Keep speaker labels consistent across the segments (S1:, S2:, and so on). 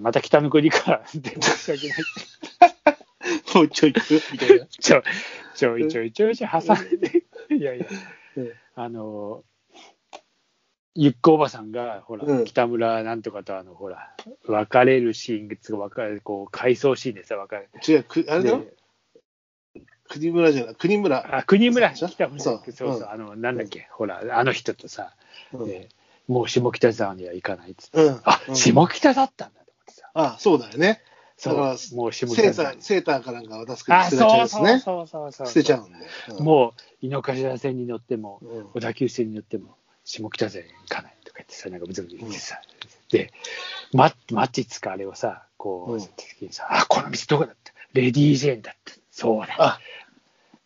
S1: また北の国から出て申し訳ない。
S2: もうちょい行くみたいな。
S1: ちょちょいちょいちょいちょい挟んで、いやいや、あの、ゆっこおばさんが、ほら、
S2: うん
S1: 北村なんとかと、あの、ほら、別れるシーン、つうか別れる、こう、回想シーンでさ、別れ
S2: 違う、くあれだよ
S1: で。
S2: 国村じゃない。国村。
S1: あ、国村、
S2: そう
S1: 北村、そう
S2: そう
S1: そう
S2: う、ん
S1: あの、なんだっけ、ほら、あの人とさ、
S2: うん。
S1: でもう下北沢には行かないっつって、
S2: うん
S1: あ、
S2: うん
S1: 下北だったんだと思ってさ、
S2: あ、そうだよね。
S1: そ
S2: だから
S1: う、もう下
S2: セ
S1: 北
S2: ータ
S1: 沢
S2: ー、。セーターかなんか渡すから
S1: あ、
S2: 捨てちゃうん
S1: そう
S2: です
S1: そう
S2: ね。
S1: そうそうそう。
S2: 捨てちゃうんで。
S1: もう井の頭線に乗っても、
S2: うん。うん
S1: 小田急線に乗っても、下北沢に行かないとか言ってさ、なんかブツブツ言ってさ、で、マッマッチっつうかあれをさ、こう、
S2: うん
S1: 時にさ、あ、この店どこだったレディー・ジェーンだった。そうだ。
S2: あ、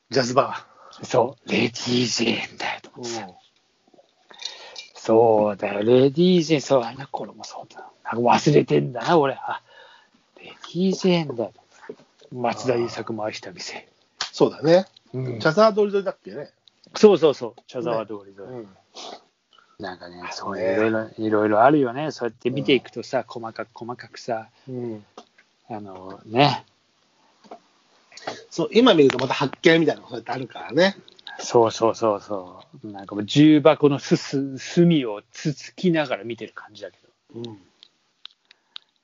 S2: ジャズバ
S1: そう、レディー・ジェーンだよと思ってさ、
S2: ー。
S1: そうだよ、レディー・ジェーン、そう、あの頃もそうだな。なんか忘れてんだな、俺。あ、レディー・ジェーンだよ。松田優作も愛した店。
S2: そうだね。
S1: うん
S2: チャザー通り沿いだっけね。
S1: そうそうそう、茶沢通り沿い。
S2: うん。
S1: なんかね、そ
S2: そうう
S1: い
S2: ね
S1: ういろいろいろいろあるよね。そうやって見ていくとさ、細かく細かくさ、
S2: うん。
S1: あのね、
S2: そう、今見るとまた発見みたいなことってあるからね。
S1: そうそうそうそう、なんかもう重箱のすす隅をつつきながら見てる感じだけど、
S2: うん。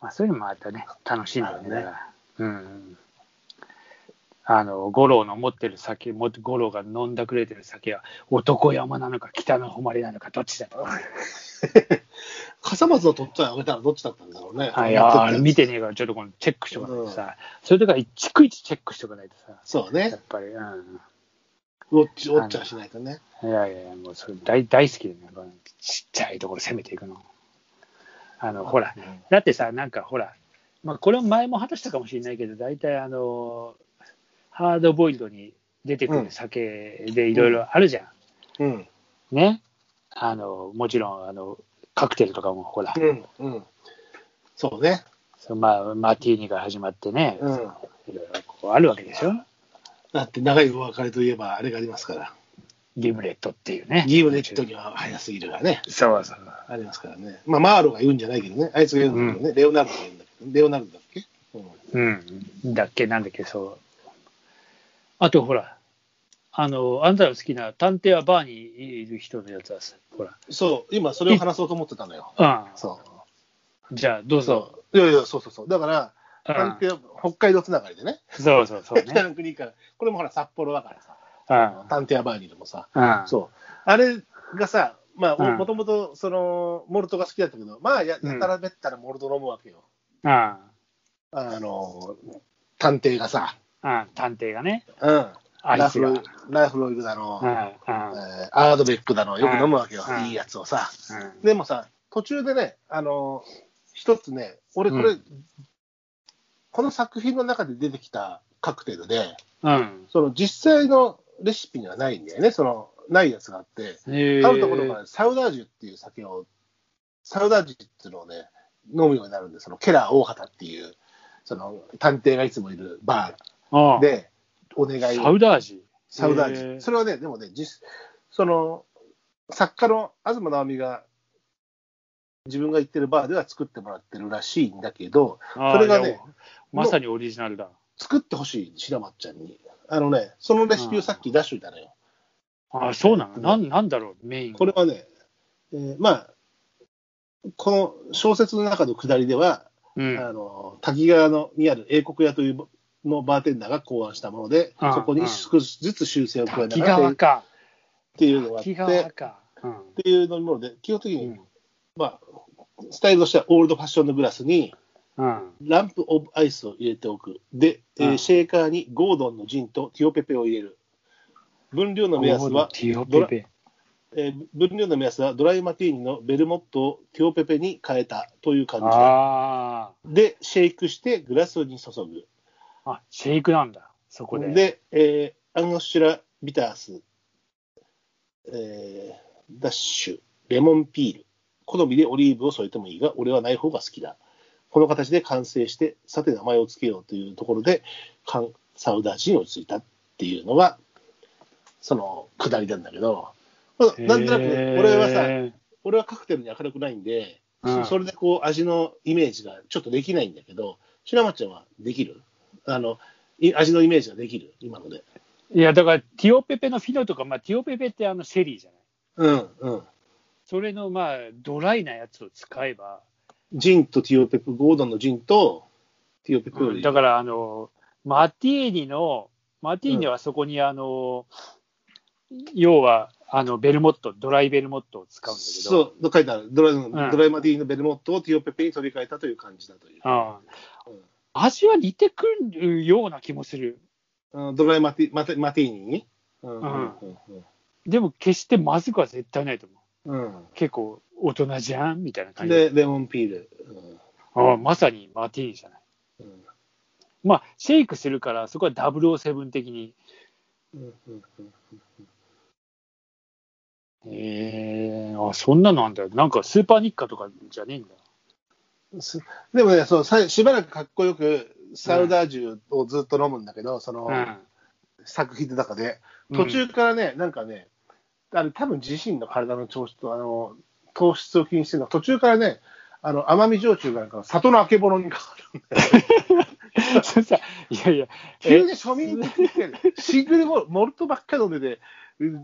S1: まあそういうのもまたね、楽しいんだよね。
S2: あるね
S1: だからうん。あの五郎の持ってる酒、も五郎が飲んだくれてる酒は男山なのか北の誉れなのかどっちだと。
S2: 笠松の取っちゃあげたらどっちだったんだろうね。
S1: あいやあれ見
S2: て。
S1: てねえからちょっとこのチェックしてもらってさ、そういう時は一区一チェックしておかないとさ、
S2: そう
S1: や
S2: ね
S1: っ。ぱり、うん。
S2: ウォッチ、ウォッチはしないとね。
S1: いやいやいや、もうそれ大大好きでね、このちっちゃいところ攻めていくの。あの、ほら、だってさ、なんかほら、まあ、これも前も話したかもしれないけど、大体あの、ハードボイルドに出てくる酒でいろいろあるじゃん。
S2: うん。
S1: ね。あの、もちろん、あの、カクテルとかもほら、
S2: うん。うん。そうね。
S1: そのまあ、マーティーニが始まってね、
S2: うん。
S1: いろいろこうあるわけでしょ。
S2: だって長いお別れといえばあれがありますから。
S1: ギブレットっていうね。
S2: ギームネットには早すぎるがね。
S1: そうそう。
S2: ありますからね。まあ、マーロが言うんじゃないけどね。あいつが言うんだけどね。レオナルドが言うんだけど。レオナルドだっけうん。
S1: うん、だっけ、なんだっけ、そう。あと、ほら、あの、あんたの好きな探偵はバーにいる人のやつはさ、ほら、
S2: そう、今それを話そうと思ってたのよ。
S1: ああ
S2: そ
S1: じゃあ、どう
S2: う。
S1: ぞ。
S2: う。いやいや、そうそうそう。だから、
S1: うん
S2: 北海道つながりでね。
S1: そうそうそう
S2: 北
S1: ね。
S2: の国から。これもほら、札幌だからさ。
S1: あ
S2: 探偵やバーニーでもさ。
S1: あう。
S2: そう。あれがさ、まあ、
S1: うん
S2: もともと、その、モルトが好きだったけど、まあ、や
S1: うん
S2: やたらべったらモルト飲むわけよ。
S1: あ
S2: あの、探偵がさ、
S1: あ、ああ探偵がね、
S2: うん。
S1: あ
S2: ラ
S1: いつ
S2: フ
S1: が。
S2: ロイラフロイグだの、
S1: ああああ
S2: えーアードベックだの、よく飲むわけよ
S1: う。ん
S2: いいやつをさ。
S1: うん
S2: でもさ、途中でね、あの、一つね、俺これ、
S1: う
S2: この作品の中で出てきたカクテルで、
S1: うん。
S2: その実際のレシピにはないんだよね、その、ないやつがあって、
S1: え
S2: あるところからサウダージュっていう酒を、サウダージュっていうのをね、飲むようになるんで、そのケラー大畑っていう、その探偵がいつもいるバ
S1: あ
S2: ー
S1: あ
S2: で、お願い
S1: サ
S2: を
S1: ウダージ。
S2: サウダージ
S1: へー
S2: ュ。それはね、でもね、実その、作家の東直美が、自分が行ってるバーでは作ってもらってるらしいんだけど、
S1: ああ
S2: それがね
S1: いやまさにオリジナルだ。
S2: 作ってほしい、白松ちゃんに。あのね、そのレシピをさっき出しといたのよ。
S1: ああ、そうなのなんなんだろう、メインは。
S2: これはね、えーまあ、この小説の中の下りでは、
S1: うん。
S2: あの滝川のにある英国屋というのバーテンダーが考案したもので、
S1: うん
S2: そこ
S1: うん
S2: に少しずつ修正を加えな
S1: 滝
S2: がら
S1: 川
S2: っ
S1: か。
S2: ていうのがあって、
S1: 滝
S2: っ
S1: 川か。うん
S2: ていう飲み物で、基本的に、
S1: うん
S2: まあ、スタイルとしてはオールドファッションのグラスに
S1: うん。
S2: ランプ・オブ・アイスを入れておく。で、えー
S1: うん
S2: シェーカーにゴードンのジンとティオペペを入れる。分量の目安は、
S1: ティオ
S2: ドラ
S1: ペペ。
S2: えー分量の目安はドライマティーニのベルモットをティオペペに変えたという感じだ
S1: あ
S2: で、シェイクしてグラスに注ぐ。
S1: あ。あ、シェイクなんだ、そこで。
S2: で、えーアンゴシュラ・ビタース、えーダッシュ、レモンピール。好みでオリーブを添えてもいいが、俺はない方が好きだ。この形で完成して、さて名前をつけようというところで、カンサウダージに落ち着いたっていうのが、その、下りなんだけど、まあなんとなくね、俺はさ、
S1: へー
S2: 俺はカクテルに明るくないんで、
S1: うん
S2: そそれでこう味のイメージがちょっとできないんだけど、白松ちゃんはできるあのい味のイメージができる今ので。
S1: いや、だから、ティオペペのフィノとか、まあ、ティオペペってあのシェリーじゃない。
S2: うんうん。
S1: それの、まあ、ドライなやつを使えば、
S2: ジンとティオペプ、ゴードンのジンとティオペプより、
S1: だから、あの、マティーニの、マティーニはそこに、あの、要は、あの、ベルモット、ドライベルモットを使うんだけど、
S2: そう、と書いてあるドラ,、
S1: ん
S2: ドライマディーニのベルモットをティオペペに取り替えたという感じだという。
S1: ああ
S2: うん
S1: 味は似てくるような気もする。
S2: うんドライマティマテマティーニに。うんうん
S1: でも、決してまずくは絶対ないと思う。
S2: うんうん
S1: 結構、大人じゃんみたいな感じで。
S2: で、レモンピール。うん
S1: ああまさにマティーニじゃない。
S2: うん
S1: まあ、シェイクするから、そこは007的に。
S2: うんうんうん
S1: えー、あそんなのあんだよ。なんかスーパーニッカとかじゃねえんだ。
S2: すでもねそうさ、しばらくかっこよくサウダージュをずっと飲むんだけど、その作品の中で、
S1: うん
S2: 途中からね、なんかね、あの多分自身の体の調子とあの糖質を気にしてるのは、途中からね、あの甘み焼酎がなんか里のあけぼのに変わるんだよ。
S1: うん。 それさ、いやいや、
S2: 急に庶民的ってる、シングルモルモルトばっか飲んでて、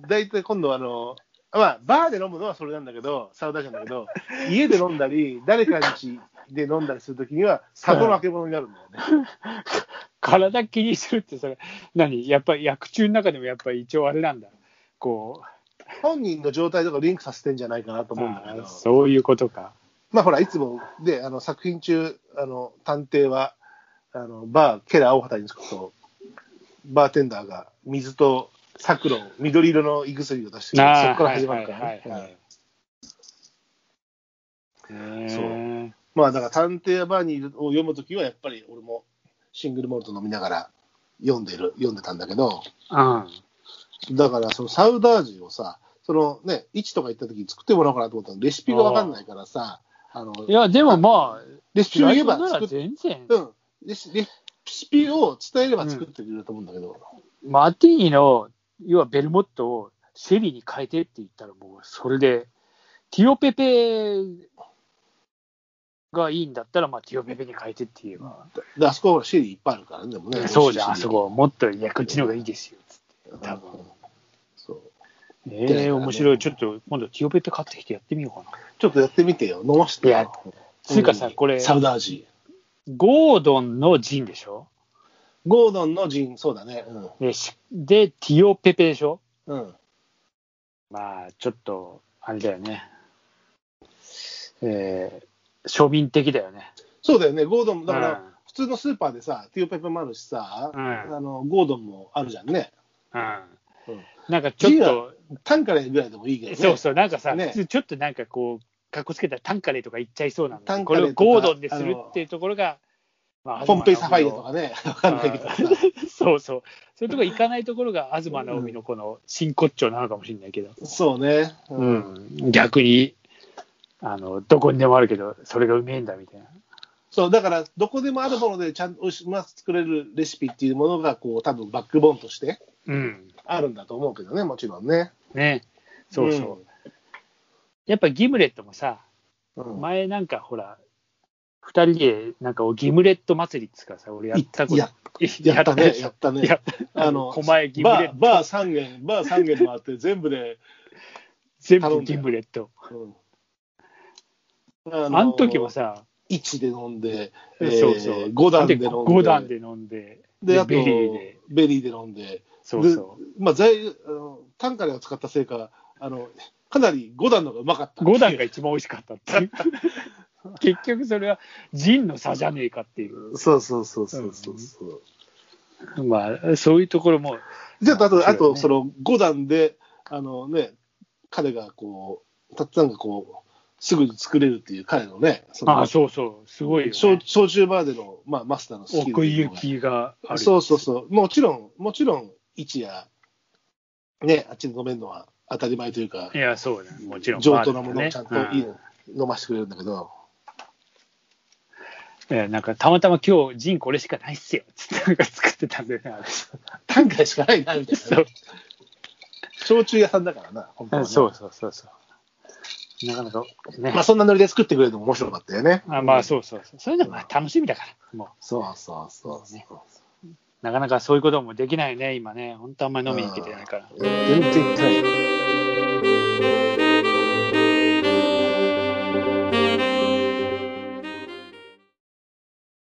S2: 大体今度はあの、まあ、バーで飲むのはそれなんだけど、サウダージュなんだけど、家で飲んだり、誰かんちで飲んだりするときには、里のあけぼのになるんだよね。
S1: 体気にするってそれ、何やっぱり薬中の中でもやっぱり一応あれなんだ。こ
S2: 本人の状態とかリンクさせてんじゃないかなと
S1: う、
S2: 思うんだけど
S1: あ、そういうことか。
S2: まあほら、いつもで、あの作品中、あの探偵は、あのバー、ケラー大畑に着くと、バーテンダーが水と桜を、緑色の胃薬を出してくる、
S1: あー
S2: そこから始まるから
S1: はいはいはいはい
S2: ね。
S1: そう
S2: まあだから探偵はバーにいるを読むときは、やっぱり俺もシングルモルト飲みながら読んでる、読んでたんだけど、
S1: うん。
S2: だから、そのサウダージュをさ、そのね、市とか行った時に作ってもらおうかなと思ったの、レシピがわかんないからさ、あの、
S1: いや、でもまあ、
S2: レシピを言えば
S1: な
S2: 作
S1: ら
S2: っ
S1: 全然。
S2: うん。レシレシピを伝えれば作ってくれると思うんだけど、
S1: マティーニの、要はベルモットをシェリーに変えてって言ったら、もうそれで、ティオペペがいいんだったら、まあ、ティオペペに変えてって言えば、
S2: であそこはシェリーいっぱいあるからね、でもね。
S1: そうじゃん、
S2: 美
S1: あ
S2: 味しい
S1: そ
S2: し。
S1: こ、もっと、いや、こっちの方がいいですよ、つって。多分
S2: うんそう。
S1: ええ面白い。ちょっと、今度、ティオペペ買ってきてやってみようかな。
S2: ちょっとやってみてよ、飲まして
S1: いやつうかさ、これ、
S2: サウダージ
S1: ゴードンのジンでしょ
S2: ー。ゴードンのジン、そうだね。
S1: で、しでティオペペでしょ
S2: うん。うん。
S1: まあ、ちょっと、あれだよね。えー、庶民的だよね。
S2: そうだよね、ゴードンも、だから、
S1: うん
S2: 普通のスーパーでさ、ティオペペもあるしさ、
S1: うん
S2: あの、ゴードンもあるじゃんね。
S1: う
S2: うんん、
S1: なんかちょっと、
S2: 単価ぐらいでもいいけどね。
S1: そうそう、なんかさ、
S2: ね
S1: 普通ちょっとなんかこう、かっこつけたらタンカレーとか言っちゃいそうなん
S2: タ
S1: だ
S2: ン
S1: こ
S2: カレ
S1: れ
S2: ー
S1: を
S2: とか
S1: ゴードンでするっていうところが、ま
S2: ポンペイサファイアと
S1: か
S2: かね、わかんないけどさ。
S1: そうそう、そういうとこ行かないところが、東直美のこの真骨頂なのかもしれないけど、
S2: そうね。
S1: う。ん、逆に、あの、どこにでもあるけど、それがうめえんだみたいな。
S2: そう、だから、どこでもあるもので、ちゃんとうまく作れるレシピっていうものが、こう、多分バックボーンとして
S1: うん、
S2: あるんだと思うけどね、もちろんね。
S1: ね、そうそう。やっぱギムレットもさ、
S2: うん。うん
S1: 前なんかほら、二人でなんかギムレット祭りっつうかさ、俺やったこと
S2: いややったね、やったね。
S1: や
S2: あ の、
S1: 狛江ギムレ
S2: バ
S1: ッ
S2: ー、
S1: ト。
S2: バー3軒、バー三軒もあって、全部で、
S1: 全
S2: 頼
S1: 部
S2: んだ
S1: ギ
S2: よ
S1: ムレット。
S2: うん。
S1: あ
S2: あ
S1: の時も、さ、
S2: 1で飲んで、
S1: そうそう。
S2: 5段で飲んで、
S1: 5段で飲んで、
S2: で、あと、
S1: ベ
S2: ベ
S1: リー
S2: リー
S1: で
S2: で。飲んで、
S1: そうそ
S2: まあ、在、あの、単価では使ったせいか、あの、かなり5段の方がうまかった。
S1: う。5段が一番美味しかったってい う。結局それはジンの差じゃねえかっていう。
S2: そうそうそうそうそうそう。
S1: まあ、そういうところも、
S2: じゃあ、あ
S1: そう
S2: と、
S1: だね
S2: あと、その5段で、あのね、彼がこう、たっつぁんがこう、すぐに作れるっていう彼のね、その
S1: あそうそう、すごいよ、
S2: 焼
S1: ね。
S2: 焼酎バーでの、まあ、マスターのスキル
S1: 奥行きがある。
S2: そうそうそう。もちろん、もちろん、一夜、ね、あっちで飲めるのは当たり前というか
S1: い、や、そうだ、ね、もちろん。
S2: 上等なものを
S1: ね
S2: ちゃんと
S1: うん
S2: いいの飲ませてくれるんだけど、
S1: えーなんかたまたま今日ジンこれしかないっすよつってなんか作ってたんだよねあれ
S2: 単価しかないな、みたいなね、焼酎屋さんだからな、本当はね
S1: そうそうそうなかなかね
S2: まあ、。そんなノリで作ってくれるのも面白かったよね。
S1: あまあ、そうそうそう。それでもまあ楽しみだから。も
S2: そうそうそうそう。
S1: ねう、なかなかそういうこともできないね、今ね。本当あんまり飲みに行けてないから。
S2: 全然行ってないよ。